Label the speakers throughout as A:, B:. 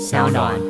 A: 小暖。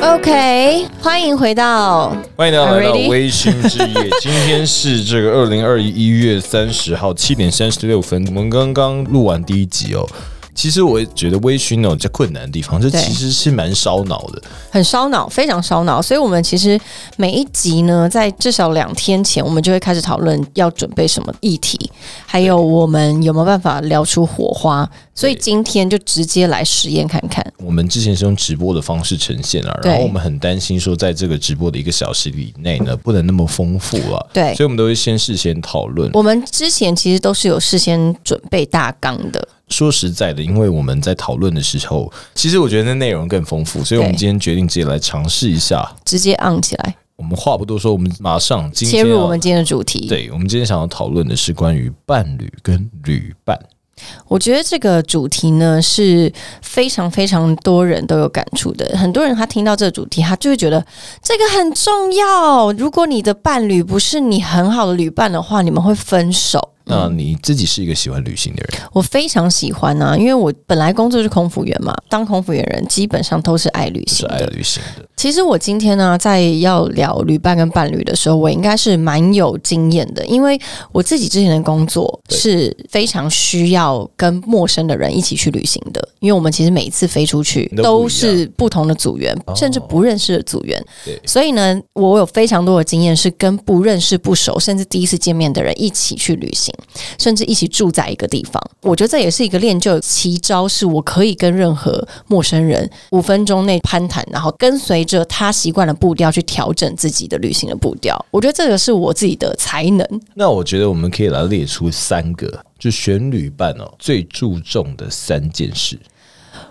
B: OK，欢迎回到
C: 欢迎大家来到
B: Already？
C: 微醺之 夜。今天是这个二零二一一月三十号七点三十六分，我们刚刚录完第一集哦。其实我也觉得微醺哦，比较困难的地方，这
B: 对
C: 其实是蛮烧脑的。
B: 很烧脑，非常烧脑，所以我们其实每一集呢，在至少两天前，我们就会开始讨论要准备什么议题，还有我们有没有办法聊出火花。所以
C: 对
B: 今天就直接来实验看看。
C: 我们之前是用直播的方式呈现啊，
B: 对
C: 然后我们很担心说，在这个直播的一个小时以内呢，不能那么丰富啊，
B: 对
C: 所以我们都会先事先讨论。
B: 我们之前其实都是有事先准备大纲的，
C: 说实在的，因为我们在讨论的时候，其实我觉得那内容更丰富，所以我们
B: 对
C: 今天决定直接来尝试一下。
B: 直接 on 起来，
C: 我们话不多说，我们马上今
B: 切
C: 天哦
B: 入
C: 要
B: 我们今天的主题。
C: 对，我们今天想要讨论的是关于伴侣跟旅伴。
B: 我觉得这个主题呢是非常非常多人都有感触的。很多人他听到这个主题，他就会觉得这个很重要。如果你的伴侣不是你很好的旅伴的话，你们会分手。
C: 那你自己是一个喜欢旅行的人，
B: 我非常喜欢啊，因为我本来工作是空服员嘛，当空服员人基本上都是爱旅
C: 是
B: 行
C: 爱
B: 的。
C: 旅行的。
B: 其实我今天呢，在要聊旅伴跟伴侣的时候，我应该是蛮有经验的，因为我自己之前的工作
C: 对
B: 是非常需要跟陌生的人一起去旅行的，因为我们其实每一次飞出去
C: 都不一样
B: 都是不同的组员，
C: 哦
B: 甚至不认识的组员，
C: 对
B: 所以呢，我有非常多的经验是跟不认识、不熟，甚至第一次见面的人一起去旅行，甚至一起住在一个地方。我觉得这也是一个练就奇招，是我可以跟任何陌生人五分钟内攀谈，然后跟随着他习惯的步调去调整自己的旅行的步调。我觉得这个是我自己的才能。
C: 那我觉得我们可以来列出三个，就选旅伴哦，最注重的三件事。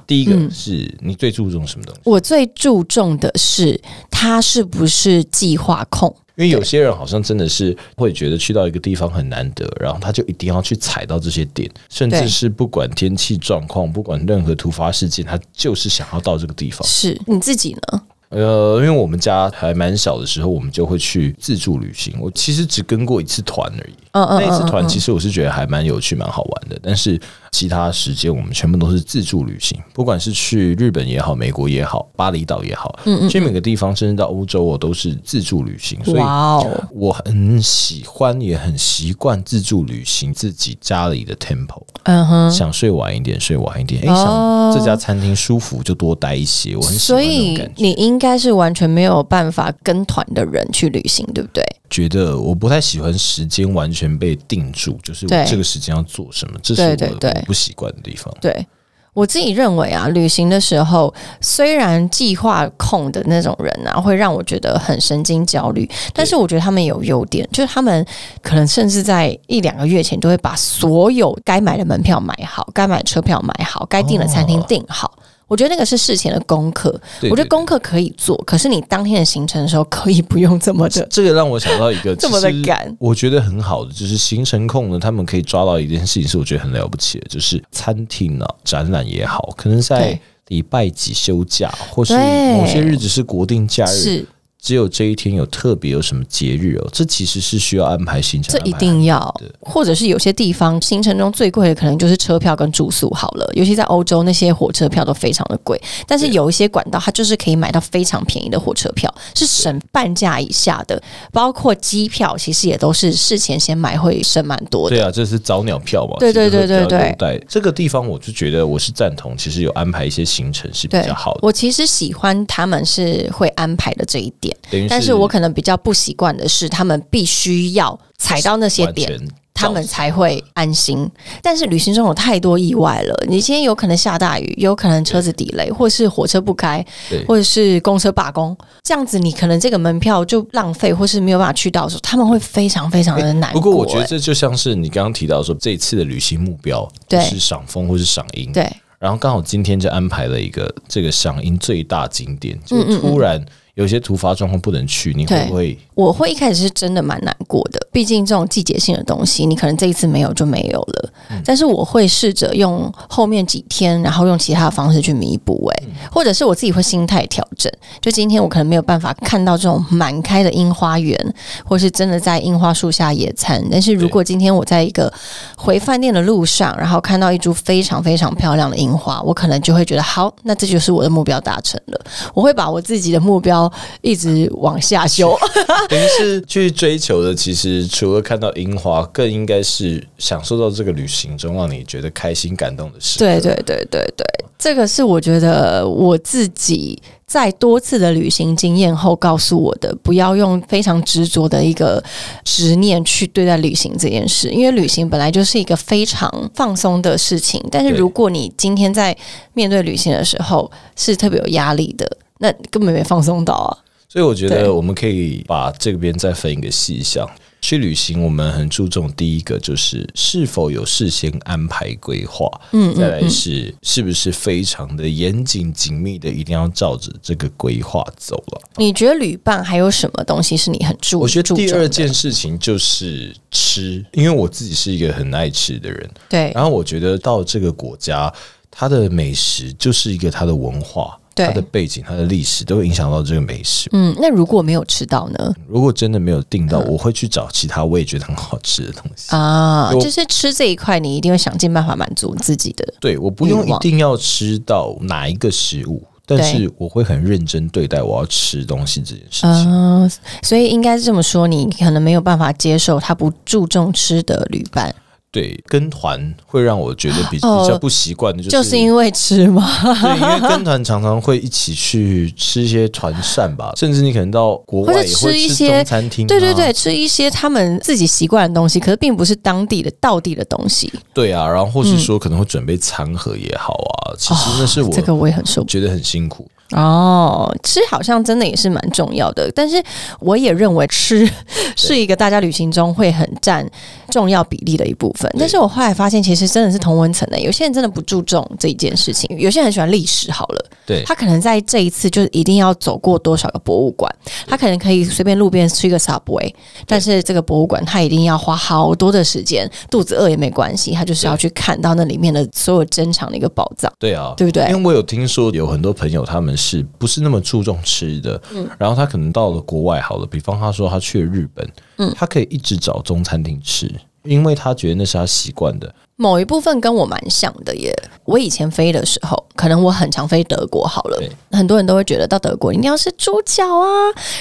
C: 第一
B: 嗯
C: 个是你最注重什么东西？
B: 我最注重的是他是不是计划控。
C: 因为有些人好像真的是会觉得去到一个地方很难得，然后他就一定要去踩到这些点，甚
B: 对
C: 至是不管天气状况，不管任何突发事件，他就是想要到这个地方。
B: 是你自己呢？
C: 呃，因为我们家还蛮小的时候，我们就会去自助旅行。我其实只跟过一次团而已。
B: 嗯嗯
C: 那一次团
B: 嗯
C: 其实我是觉得还蛮有趣、蛮好玩的。但是其他时间我们全部都是自助旅行，不管是去日本也好、美国也好、巴厘岛也好，去每个地方，甚至到欧洲，我都是自助旅行。所以
B: 嗯哇哦，
C: 我很喜欢，也很习惯自助旅行，自己家里的 tempo。
B: 嗯哼。
C: 想睡晚一点，睡晚一点。哎、
B: 哦
C: 想这家餐厅舒服就多待一些。我很喜
B: 所
C: 欢那种
B: 以
C: 感觉。
B: 你应该是完全没有办法跟团的人去旅行，对不对？
C: 觉得我不太喜欢时间完全被定住，就是
B: 对
C: 我这个时间要做什么，这是
B: 对
C: 我
B: 对对
C: 我不习惯的地方。
B: 对我自己认为啊，旅行的时候虽然计划控的那种人啊，会让我觉得很神经焦虑，但是我觉得他们有优点，就是他们可能甚至在一两个月前就会把所有该买的门票买好，该买车票买好，该订的餐厅
C: 哦
B: 订好。我觉得那个是事前的功课，
C: 对
B: 我觉
C: 对
B: 得功课可以做，可是你当天的行程的时候可以不用这么的
C: 对这个让我想到一 个
B: 这么的
C: 其实
B: 赶
C: 我觉得很好的就是行程控呢，他们可以抓到一件事情，是我觉得很了不起的，就是餐厅啊、展览也好，可能在
B: 对
C: 礼拜几休假，或是
B: 对
C: 某些日子是国定假日，
B: 是
C: 只有这一天有特别有什么节日哦，这其实是需要安排行程，
B: 这一定要，或者是有些地方行程中最贵的可能就是车票跟住宿好了，尤其在欧洲那些火车票都非常的贵，但是有一些管道它就是可以买到非常便宜的火车票，是省半价以下的，包括机票其实也都是事前先买会省蛮多的。
C: 对啊，这是早鸟票嘛？
B: 对对对对对
C: 对，这个地方我就觉得我是赞同，其实有安排一些行程是比
B: 对
C: 较好，的，
B: 我其实喜欢他们是会安排的这一点，
C: 等于
B: 但是
C: 是
B: 我可能比较不习惯的是，他们必须要踩到那些
C: 完
B: 点，
C: 全
B: 他们才会安心。但是旅行中有太多意外了，你今天有可能下大雨，有可能车子抵雷，或是火车不开
C: 嗯对，
B: 或者是公车罢工，这样子你可能这个门票就浪费，或是没有办法去到的时候，他们会非常非常的难
C: 哎不过我觉得
B: 欸
C: 这就像是你刚刚提到说，这一次的旅行目标
B: 对
C: 就是赏枫或是赏樱，
B: 对嗯
C: 然后刚好今天就安排了一个这个赏樱最大景点，就突然。有有些突发状况不能去，你会不会
B: 我会一开始是真的蛮难过的，毕竟这种季节性的东西，你可能这一次没有就没有了。但是我会试着用后面几天，然后用其他的方式去弥补、欸，或者是我自己会心态调整。就今天我可能没有办法看到这种满开的樱花园，或是真的在樱花树下野餐，但是如果今天我在一个回饭店的路上，然后看到一株非常非常漂亮的樱花，我可能就会觉得好，那这就是我的目标达成了。我会把我自己的目标一直往下修。
C: 等于是去追求的，其实除了看到樱花，更应该是享受到这个旅行中让你觉得开心、感动的事。
B: 对对对对对，这个是我觉得我自己在多次的旅行经验后告诉我的，不要用非常执着的一个执念去对待旅行这件事，因为旅行本来就是一个非常放松的事情，但是
C: 对
B: 如果你今天在面对旅行的时候是特别有压力的，那根本没放松到啊。
C: 所以我觉
B: 对
C: 得我们可以把这边再分一个细项。去旅行，我们很注重第一个就是是否有事先安排规划，嗯，再来是是不是非常的严谨紧密的，一定要照着这个规划走了。
B: 你觉得旅伴还有什么东西是你很注？
C: 我觉得
B: 注
C: 第
B: 重
C: 二
B: 的
C: 件事情就是吃，因为我自己是一个很爱吃的人，
B: 对
C: 然后我觉得到这个国家，它的美食就是一个它的文化、
B: 对
C: 它啊的背景、它的历史都会影响到这个美食。
B: 嗯，那如果没有吃到呢？
C: 如果真的没有订到，我会去找其他我也觉得很好吃的东西。
B: 嗯啊，
C: 我
B: 就是吃这一块，你一定会想尽办法满足自己的。
C: 对，我不用一定要吃到哪一个食物，但是我会很认真对待我要吃东西这件事情。
B: 嗯、所以应该是这么说，你可能没有办法接受他不注重吃的旅伴，
C: 对，跟团会让我觉得比比
B: 哦
C: 较不习惯的，
B: 就是因为吃吗？
C: 对，因为跟团常常会一起去吃一些团膳 吧，甚至你可能到国
B: 或
C: 外
B: 者
C: 也会
B: 吃一
C: 吃
B: 些
C: 中餐厅、啊。
B: 对对对，吃一些他们自己习惯的东西，可是并不是当地的道地的东西。
C: 对啊，然后
B: 嗯
C: 或是说可能会准备餐盒也好啊，其实那是我
B: 哦这个我也很受不
C: 觉得很辛苦。
B: 哦，吃好像真的也是蛮重要的，但是我也认为吃 是一个大家旅行中会很占重要比例的一部分。但是我后来发现，其实真的是同温层的，有些人真的不注重这一件事情，有些人很喜欢历史，好了，
C: 对
B: 他可能在这一次就一定要走过多少个博物馆，他可能可以随便路边吃一个 Subway，但是这个博物馆他一定要花好多的时间，肚子饿也没关系，他就是要去看到那里面的所有珍藏的一个宝藏。
C: 对啊，
B: 对不对
C: 因为我有听说有很多朋友他们是不是那么注重吃的，
B: 嗯
C: 然后他可能到了国外好了，比方他说他去了日本，
B: 嗯
C: 他可以一直找中餐厅吃。因为他觉得那是他习惯的，
B: 某一部分跟我蛮像的耶。我以前飞的时候，可能我很常飞德国好了
C: 对，
B: 很多人都会觉得到德国一定要吃猪脚啊，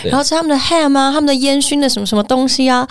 C: 对
B: 然后吃他们的 ham 啊，他们的烟熏的什么什么东西啊。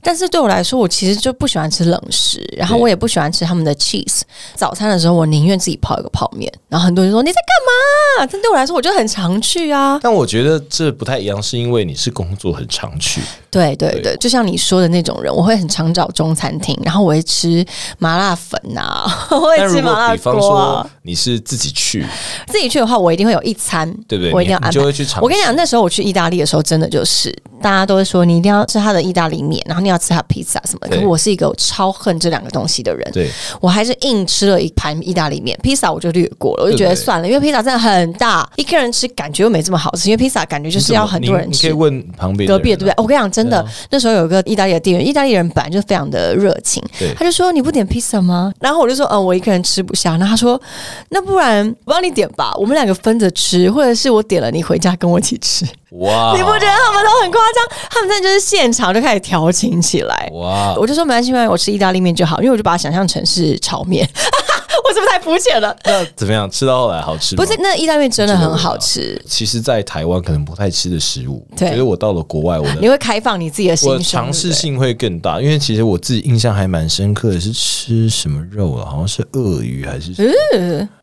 B: 但是对我来说，我其实就不喜欢吃冷食，然后
C: 对
B: 我也不喜欢吃他们的 cheese。早餐的时候，我宁愿自己泡一个泡面。然后很多人就说你在干嘛？但对我来说，我就很常去啊。
C: 但我觉得这不太一样，是因为你是工作很常去，
B: 对对
C: 对
B: 对，就像你说的那种人，我会很常找中餐厅，然后我会吃麻辣粉啊， 我会
C: 但如
B: 吃麻
C: 果
B: 辣
C: 比方
B: 锅啊
C: 说。你是自己去，
B: 自己去的话，我一定会有一餐，
C: 对不对？
B: 我一定
C: 你
B: 要安
C: 你
B: 排
C: 就。会去尝。
B: 我跟你讲，，那时候我去意大利的时候，真的就是大家都会说你一定要吃他的意大利面，然后你要吃他披萨什么的。
C: 对
B: 可我是一个超恨这两个东西的人，
C: 对，
B: 我还是硬吃了一盘意大利面，披萨我就略过了，我就觉得
C: 对对
B: 算了，因为披萨真的很大，一个人吃感觉又没这么好吃，因为披萨感觉就是要很多人
C: 你你可以
B: 吃。
C: 问旁边的
B: 隔壁的
C: 人啊
B: 对不对？哦我跟你讲，真的，
C: 对啊
B: 那时候有一个意大利的店员，意大利人本来就非常的热情，
C: 对
B: 他就说你不点披萨吗？然后我就说嗯，我一个人吃不下。然后他说那不然我帮你点吧，我们两个分着吃，或者是我点了你回家跟我一起吃。
C: 哇，
B: 你不觉得他们都很夸张？他们真的就是现场就开始调情起来。
C: 哇？
B: 我就说没关系，没关系，我吃意大利面就好，因为我就把它想象成是炒面。 我是不是太肤浅了？
C: 那怎么样？吃到后来好吃吗？
B: 不是，，那意大利面真的很好吃。
C: 其实，在台湾可能不太吃的食物，我
B: 对
C: 觉得我到了国外，我
B: 你
C: 的
B: 会开放你自己的心
C: 我的
B: 胸，
C: 尝试
B: 对不对
C: 性会更大，因为其实我自己印象还蛮深刻的是吃什么肉啊，好像是鳄鱼还是什么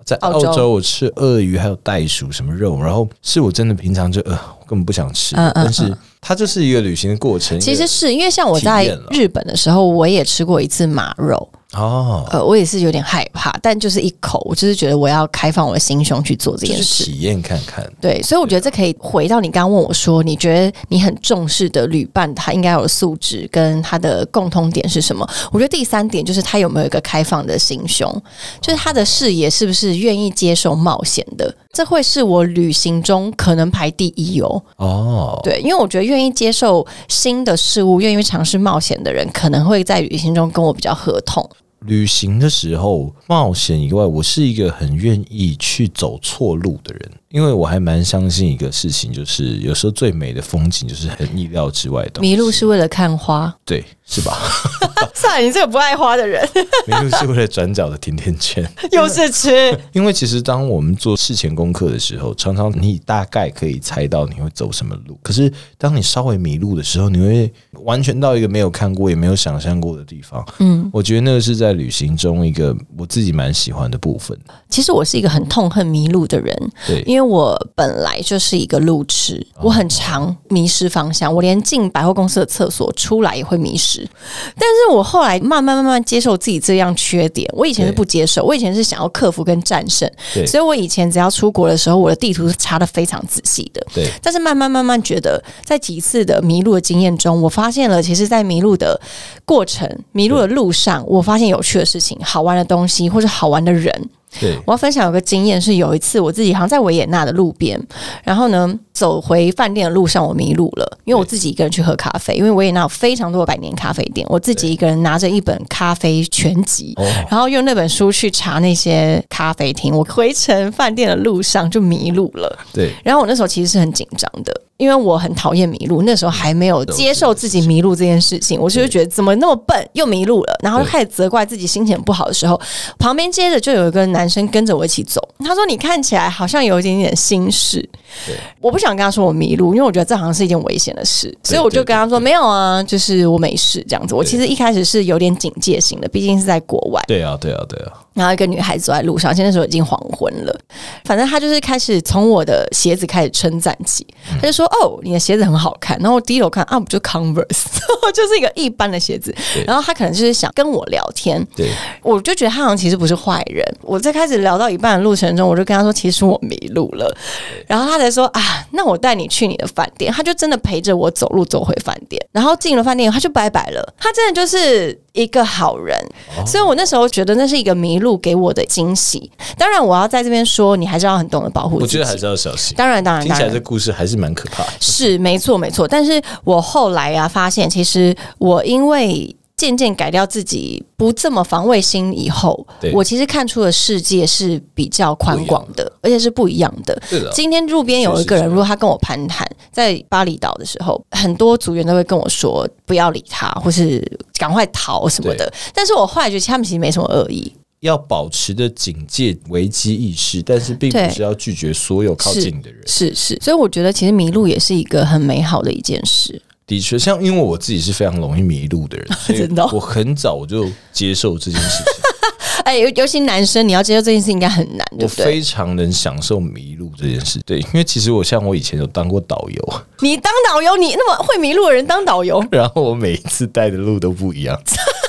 C: 在
B: 嗯澳
C: 澳
B: 洲
C: 洲我吃鳄鱼还有袋鼠什么肉，然后是我真的平常就呃我根本不想吃，
B: 嗯嗯
C: 但是它就是一个旅行的过程。
B: 其
C: 一个
B: 实是因为像我
C: 体
B: 在
C: 验了
B: 日本的时候，我也吃过一次马肉，
C: 哦，
B: 呃，我也是有点害怕，但就是一口，我就是觉得我要开放我的心胸去做这
C: 就
B: 件
C: 是
B: 事。
C: 体验看看。
B: 对，所以我觉得这可以回到你刚刚问我说，你觉得你很重视的旅伴，他应该有的素质跟他的共通点是什么？我觉得第三点就是他有没有一个开放的心胸，就是他的视野是不是愿意接受冒险的。这会是我旅行中可能排第一哦。
C: 哦，
B: 对，因为我觉得愿意接受新的事物、愿意尝试冒险的人，可能会在旅行中跟我比较合同。
C: 旅行的时候，冒险以外，我是一个很愿意去走错路的人，因为我还蛮相信一个事情，就是有时候最美的风景就是很意料之外的东西。
B: 迷路是为了看花，
C: 对，是吧？
B: 算了，你这个不爱花的人，
C: 迷路是为了转角的甜甜圈。
B: 又是吃。
C: 因为其实当我们做事前功课的时候，常常你大概可以猜到你会走什么路，可是当你稍微迷路的时候，你会完全到一个没有看过也没有想象过的地方。嗯，我觉得那个是在旅行中一个我自己蛮喜欢的部分。
B: 其实我是一个很痛恨迷路的人，
C: 对，
B: 因为我本来就是一个路痴，我很常迷失方向，我连进百货公司的厕所出来也会迷失。但是我后来慢慢慢慢接受自己这样缺点，我以前是
C: 对
B: 不接受，我以前是想要克服跟战胜，
C: 对
B: 所以我以前只要出国的时候，我的地图是查的非常仔细的。
C: 对，
B: 但是慢慢慢慢觉得，在几次的迷路的经验中，我发现了，其实，在迷路的过程、迷路的路上，我发现有趣的事情、好玩的东西或者好玩的人。
C: 对，
B: 我要分享有个经验，是有一次我自己好像在维也纳的路边，然后呢走回饭店的路上，我迷路了，因为我自己一个人去喝咖啡，因为维也纳有非常多的百年咖啡店，我自己一个人拿着一本咖啡全集。
C: 哦，
B: 然后用那本书去查那些咖啡厅，我回程饭店的路上就迷路了。
C: 对，
B: 然后我那时候其实是很紧张的，因为我很讨厌迷路，那时候还没有接受自己迷路这件事情，我就是觉得怎么那么笨又迷路了，然后就开始责怪自己心情不好的时候，旁边接着就有一个男生跟着我一起走，他说你看起来好像有一点点心事
C: 对，
B: 我不想跟他说我迷路，因为我觉得这好像是一件危险的事，所以我就跟他说没有啊，就是我没事这样子。我其实一开始是有点警戒心的，毕竟是在国外。
C: 对啊，对啊，对啊，
B: 然后一个女孩子走在路上，而且那时候已经黄昏了。反正她就是开始从我的鞋子开始称赞起，她就说：“哦，你的鞋子很好看。”然后我低头看，啊，不就 Converse，就是一 个一般的鞋子
C: 对。
B: 然后她可能就是想跟我聊天，
C: 对，
B: 我就觉得她好像其实不是坏人。我在开始聊到一半的路程中，我就跟她说：“其实我迷路了。”然后她才说：“啊，那我带你去你的饭店。”她就真的陪着我走路走回饭店。然后进了饭店，她就拜拜了。她真的就是一个好人。
C: 哦
B: 所以我那时候觉得那是一个迷路给我的惊喜。当然，我要在这边说，你还是要很懂得保护自
C: 我
B: 己。
C: 觉得还是要小心。
B: 当然，当然，
C: 听
B: 当
C: 起来这
B: 然。
C: 故事还是蛮可怕的。
B: 是没错没错，但是我后来啊发现，其实我因为渐渐改掉自己不这么防卫心以后
C: 对，
B: 我其实看出的世界是比较宽广的，而且是不一样的。
C: 对的啊，
B: 今天路边有一个
C: 是是是
B: 人，如果他跟我攀谈，在巴厘岛的时候，很多组员都会跟我说不要理他，或是赶快逃什么的。但是我后来觉得他们其实没什么恶意，
C: 要保持着警戒、危机意识，但是并
B: 对
C: 不是要拒绝所有靠近你的人。
B: 是是，所以我觉得其实迷路也是一个很美好的一件事。
C: 的确，像因为我自己是非常容易迷路 的人，所以
B: 真的哦
C: 我很早就接受这件事情。
B: 哎，尤尤其男生，你要接受这件事应该很难， 对
C: 我
B: 不对？
C: 非常能享受迷路这件事，对，因为其实我像我以前有当过导游，
B: 你当导游，你那么会迷路的人当导游，
C: 然后我每一次带的路都不一样。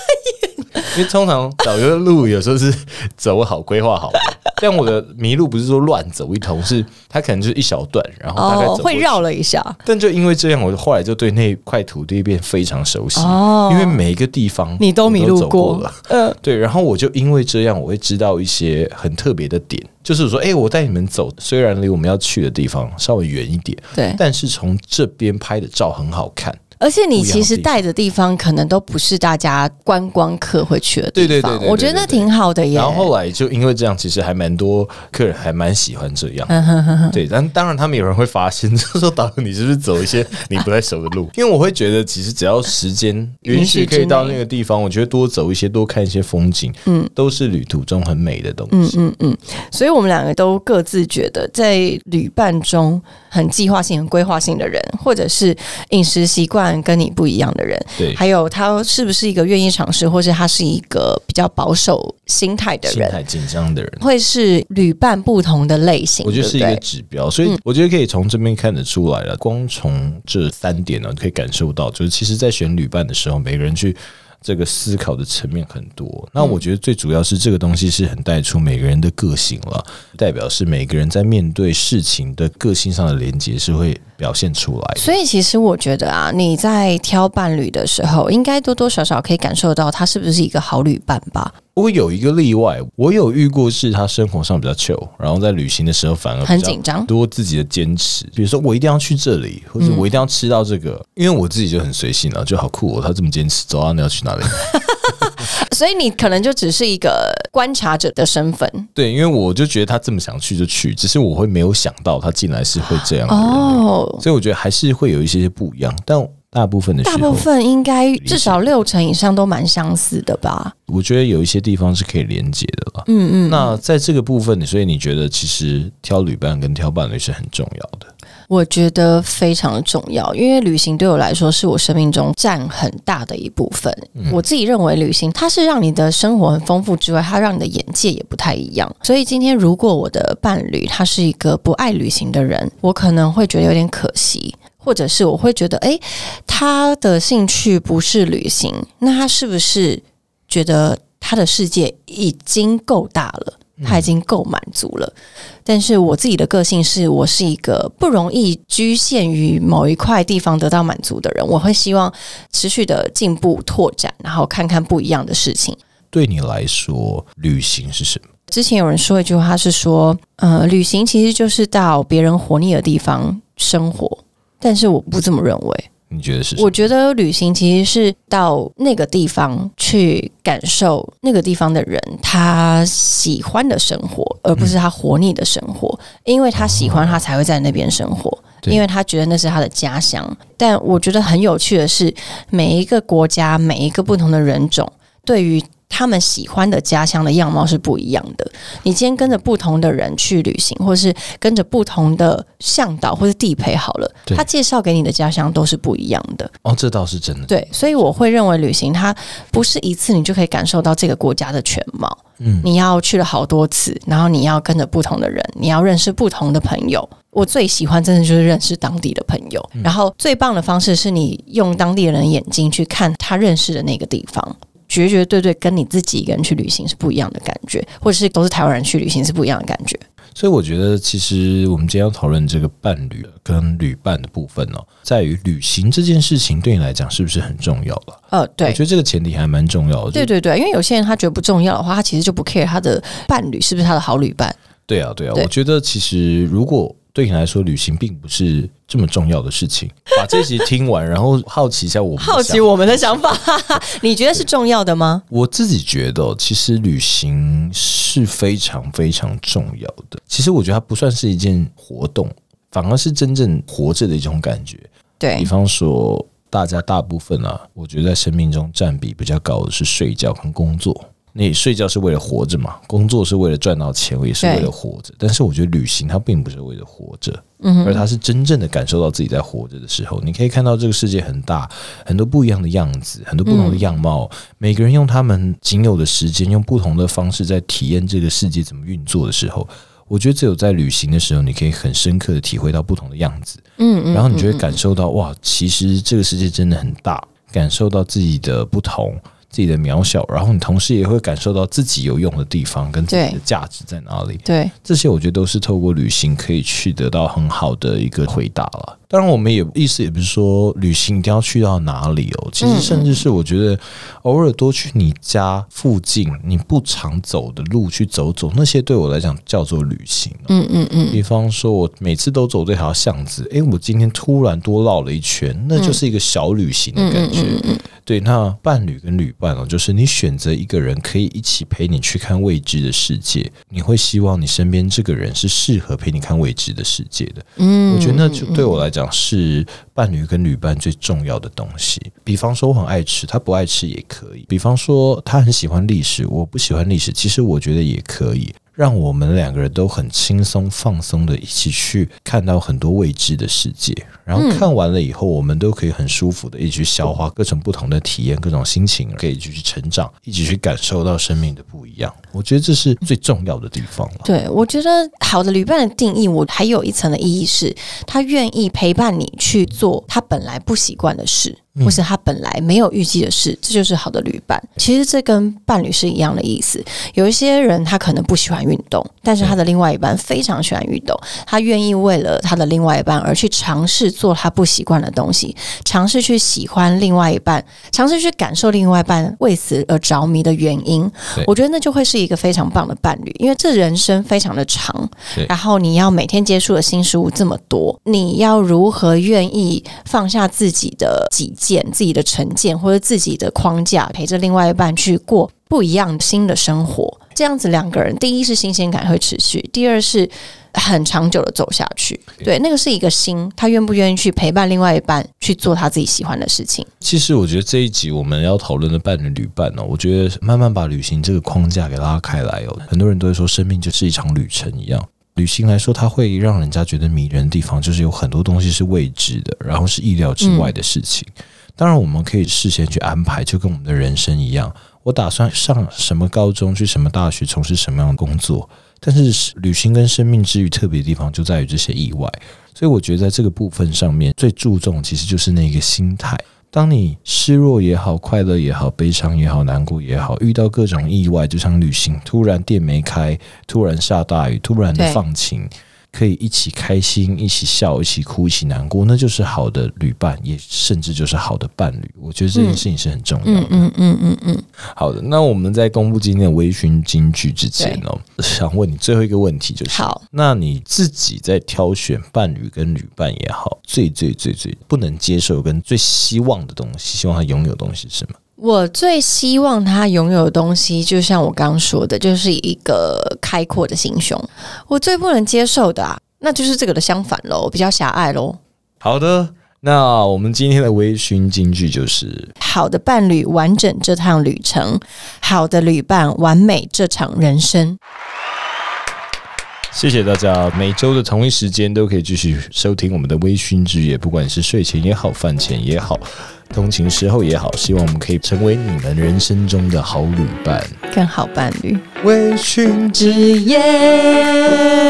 C: 因为通常导游的路有时候是走好、规划好的， 但我的迷路不是说乱走一通，是它可能就是一小段，然后大概
B: 哦
C: 走，过
B: 会
C: 去
B: 绕了一下。
C: 但就因为这样，我后来就对那块土地变非常熟悉，
B: 哦
C: 因为每一个地方
B: 你都迷
C: 我
B: 路
C: 走
B: 过
C: 了。，
B: 嗯、
C: 对，然后我就因为这样，我会知道一些很特别的点，就是我说，哎、我带你们走，虽然离我们要去的地方稍微远一点，
B: 对。
C: 但是从这边拍的照很好看。
B: 而且你
C: 不一样
B: 其
C: 的
B: 实
C: 地方
B: 带的地方，可能都不是大家观光客会去的地
C: 对对
B: 方。
C: 对对对
B: 我觉得那挺好的耶
C: 然。后后来就因为这样，其实还蛮多客人还蛮喜欢这样。对，但当然他们有人会发现，就说导游你是不是走一些你不太熟的路？因为我会觉得，其实只要时间
B: 允
C: 允
B: 许
C: 许
B: 之
C: 可
B: 内
C: 以到那个地方，我觉得多走一些，多看一些风景，嗯，都是旅途中很美的东
B: 嗯
C: 西。
B: 所以我们两个都各自觉得，在旅伴中很计划性、很规划性的人，或者是饮食习惯跟你不一样的人，
C: 对，
B: 还有他是不是一个愿意尝试，或是他是一个比较保守心态的
C: 心
B: 人，
C: 态紧张的人。
B: 会是旅伴不同的类型，
C: 我觉得是一
B: 对嗯
C: 个
B: 不对
C: 指标，所以我觉得可以从这边看得出来了。光从这三点呢、可以感受到，就是其实，在选旅伴的时候，每个人去这个思考的层面很多。
B: 嗯
C: 那我觉得最主要是这个东西是很带出每个人的个性了，代表是每个人在面对事情的个性上的连接是会表现出来的。
B: 所以其实我觉得啊，你在挑伴侣的时候，应该多多少少可以感受到他是不是一个好旅伴吧。
C: 不过有一个例外，我有遇过是他生活上比较糗，然后在旅行的时候反而
B: 很
C: 呃比较
B: 紧张
C: 多自己的坚持。比如说我一定要去这里，或者我一定要吃到这个，因为我自己就很随性了，就好酷哦，他这么坚持，走啊，你要去哪里？
B: 所以你可能就只是一个观察者的身份
C: 对，因为我就觉得他这么想去就去，只是我会没有想到他进来是会这样的人，
B: 哦。
C: 所以我觉得还是会有一些些不一样，但大部分的时
B: 大
C: 候，
B: 部分应该至少六成以上都蛮相似的吧？
C: 我觉得有一些地方是可以连接的了。
B: 嗯嗯，
C: 那在这个部分，所以你觉得其实挑旅伴跟挑伴侣是很重要的。
B: 我觉得非常重要，因为旅行对我来说是我生命中占很大的一部分。我自己认为，旅行它是让你的生活很丰富之外，它让你的眼界也不太一样。所以今天如果我的伴侣他是一个不爱旅行的人，我可能会觉得有点可惜。或者是我会觉得，诶，他的兴趣不是旅行，那他是不是觉得他的世界已经够大了？他已经够满足了，但是我自己的个性是我是一个不容易局限于某一块地方得到满足的人，我会希望持续的进步拓展，然后看看不一样的事情。
C: 对你来说，旅行是什么？
B: 之前有人说一句话是说，呃，旅行其实就是到别人活腻的地方生活，但是我不这么认为。
C: 你觉得是什
B: 我
C: 么？
B: 觉得旅行其实是到那个地方去感受那个地方的人他喜欢的生活，而不是他活腻的生活，因为他喜欢他才会在那边生活。
C: 对
B: 因为他觉得那是他的家乡，但我觉得很有趣的是，每一个国家、每一个不同的人种，对于他们喜欢的家乡的样貌是不一样的。你今天跟着不同的人去旅行，或是跟着不同的向导或是地陪好了，
C: 对
B: 他介绍给你的家乡都是不一样的。
C: 哦，这倒是真的。
B: 对，所以我会认为旅行它不是一次你就可以感受到这个国家的全貌，
C: 嗯，
B: 你要去了好多次，然后你要跟着不同的人，你要认识不同的朋友。我最喜欢真的就是认识当地的朋友，然后最棒的方式是你用当地人的眼睛去看他认识的那个地方。绝绝对对跟你自己一个人去旅行是不一样的感觉，或者是都是台湾人去旅行是不一样的感觉。
C: 所以我觉得，其实我们今天要讨论这个伴侣跟旅伴的部分哦，在于旅行这件事情对你来讲是不是很重要了？
B: 呃，
C: 我
B: 对
C: 觉，得这个前提还蛮重要的。就
B: 对对对，因为有些人他觉得不重要的话，他其实就不 care 他的伴侣是不是他的好旅伴。
C: 对啊，对啊，
B: 对
C: 我觉得其实如果对你来说，旅行并不是这么重要的事情。把这集听完，然后好奇一下我们的
B: 好奇
C: 想法
B: 我们的想法， 你觉得是重要的吗？
C: 我自己觉得哦，其实旅行是非常非常重要的。其实我觉得它不算是一件活动，反而是真正活着的一种感觉。比
B: 对，
C: 方说，大家大部分啊，我觉得在生命中占比比较高的是睡觉跟工作。你睡觉是为了活着嘛，工作是为了赚到钱，也是为了活着。但是我觉得旅行它并不是为了活着，嗯，而它是真正的感受到自己在活着的时候，你可以看到这个世界很大，很多不一样的样子，很多不同的样貌。每个人用他们仅有的时间，用不同的方式在体验这个世界怎么运作的时候，我觉得只有在旅行的时候，你可以很深刻的体会到不同的样子。
B: 嗯嗯，
C: 然后你就会感受到哇，其实这个世界真的很大，感受到自己的不同，自己的渺小，然后你同时也会感受到自己有用的地方跟自己的
B: 对
C: 价值在哪里。
B: 对
C: 这些我觉得都是透过旅行可以去得到很好的一个回答了。当然，我们也意思也不是说旅行一定要去到哪里
B: 嗯
C: 哦，其实甚至是我觉得偶尔多去你家附近你不常走的路去走走，那些对我来讲叫做旅行哦、
B: 嗯嗯嗯，
C: 比方说，我每次都走这条巷子，诶，我今天突然多绕了一圈，那就是一个小旅行的
B: 嗯
C: 感觉。对，那伴侣跟旅伴哦，就是你选择一个人可以一起陪你去看未知的世界，你会希望你身边这个人是适合陪你看未知的世界的。嗯，我觉得那就对我来讲是伴侣跟旅伴最重要的东西。比方说，我很爱吃，他不爱吃也可以；比方说，他很喜欢历史，我不喜欢历史，其实我觉得也可以。让我们两个人都很轻松放松的一起去看到很多未知的世界，然后看完了以后，我们都可以很舒服的一起去消化各种不同的体验、各种心情，可以一起去成长，一起去感受到生命的不一样。我觉得这是最重要的地方了。
B: 对，我觉得好的旅伴的定义，我还有一层的意义是，他愿意陪伴你去做他本来不习惯的事。或是他本来没有预计的事，这就是好的旅伴。其实这跟伴侣是一样的意思。有一些人他可能不喜欢运动，但是他的另外一半非常喜欢运动，他愿意为了他的另外一半而去尝试做他不习惯的东西，尝试去喜欢另外一半，尝试去感受另外一半为此而着迷的原因
C: 对。
B: 我觉得那就会是一个非常棒的伴侣，因为这人生非常的长
C: 对，
B: 然后你要每天接触的新事物这么多，你要如何愿意放下自己的己见、自己的成见或者自己的框架，陪着另外一半去过不一样新的生活？这样子两个人，第一是新鲜感会持续，第二是很长久的走下去。对，那个是一个心，他愿不愿意去陪伴另外一半去做他自己喜欢的事情？
C: 其实我觉得这一集我们要讨论的伴侣旅伴呢、哦我觉得慢慢把旅行这个框架给拉开来哦。很多人都会说，生命就是一场旅程一样。旅行来说，它会让人家觉得迷人的地方，就是有很多东西是未知的，然后是意料之外的事情。当然，我们可以事先去安排，就跟我们的人生一样。我打算上什么高中，去什么大学，从事什么样的工作。但是，旅行跟生命之余特别的地方，就在于这些意外。所以，我觉得在这个部分上面，最注重其实就是那个心态。当你失落也好，快乐也好，悲伤也好，难过也好，遇到各种意外，就像旅行，突然店没开，突然下大雨，突然的
B: 对
C: 放晴，可以一起开心，一起笑，一起哭，一起难过，那就是好的旅伴，也甚至就是好的伴侣。我觉得这件事情是很重要的。
B: 嗯嗯嗯嗯嗯，
C: 好的，那我们在公布今天的微醺金句之前哦，想问你最后一个问题就是：
B: 好。
C: 那你自己在挑选伴侣跟旅伴也好，最最最最不能接受跟最希望的东西，希望他拥有的东西是什么？
B: 我最希望他拥有的东西，就像我刚说的，就是一个开阔的心胸。我最不能接受的啊，那就是这个的相反喽，比较狭隘喽。
C: 好的，那我们今天的微醺金句就是
B: 好的伴侣完整这趟旅程，好的旅伴完美这场人生。
C: 谢谢大家，每周的同一时间都可以继续收听我们的微醺之夜，不管是睡前也好，饭前也好，通勤时候也好，希望我们可以成为你们人生中的好旅伴。
B: 更好伴侣，
C: 微醺
B: 之夜。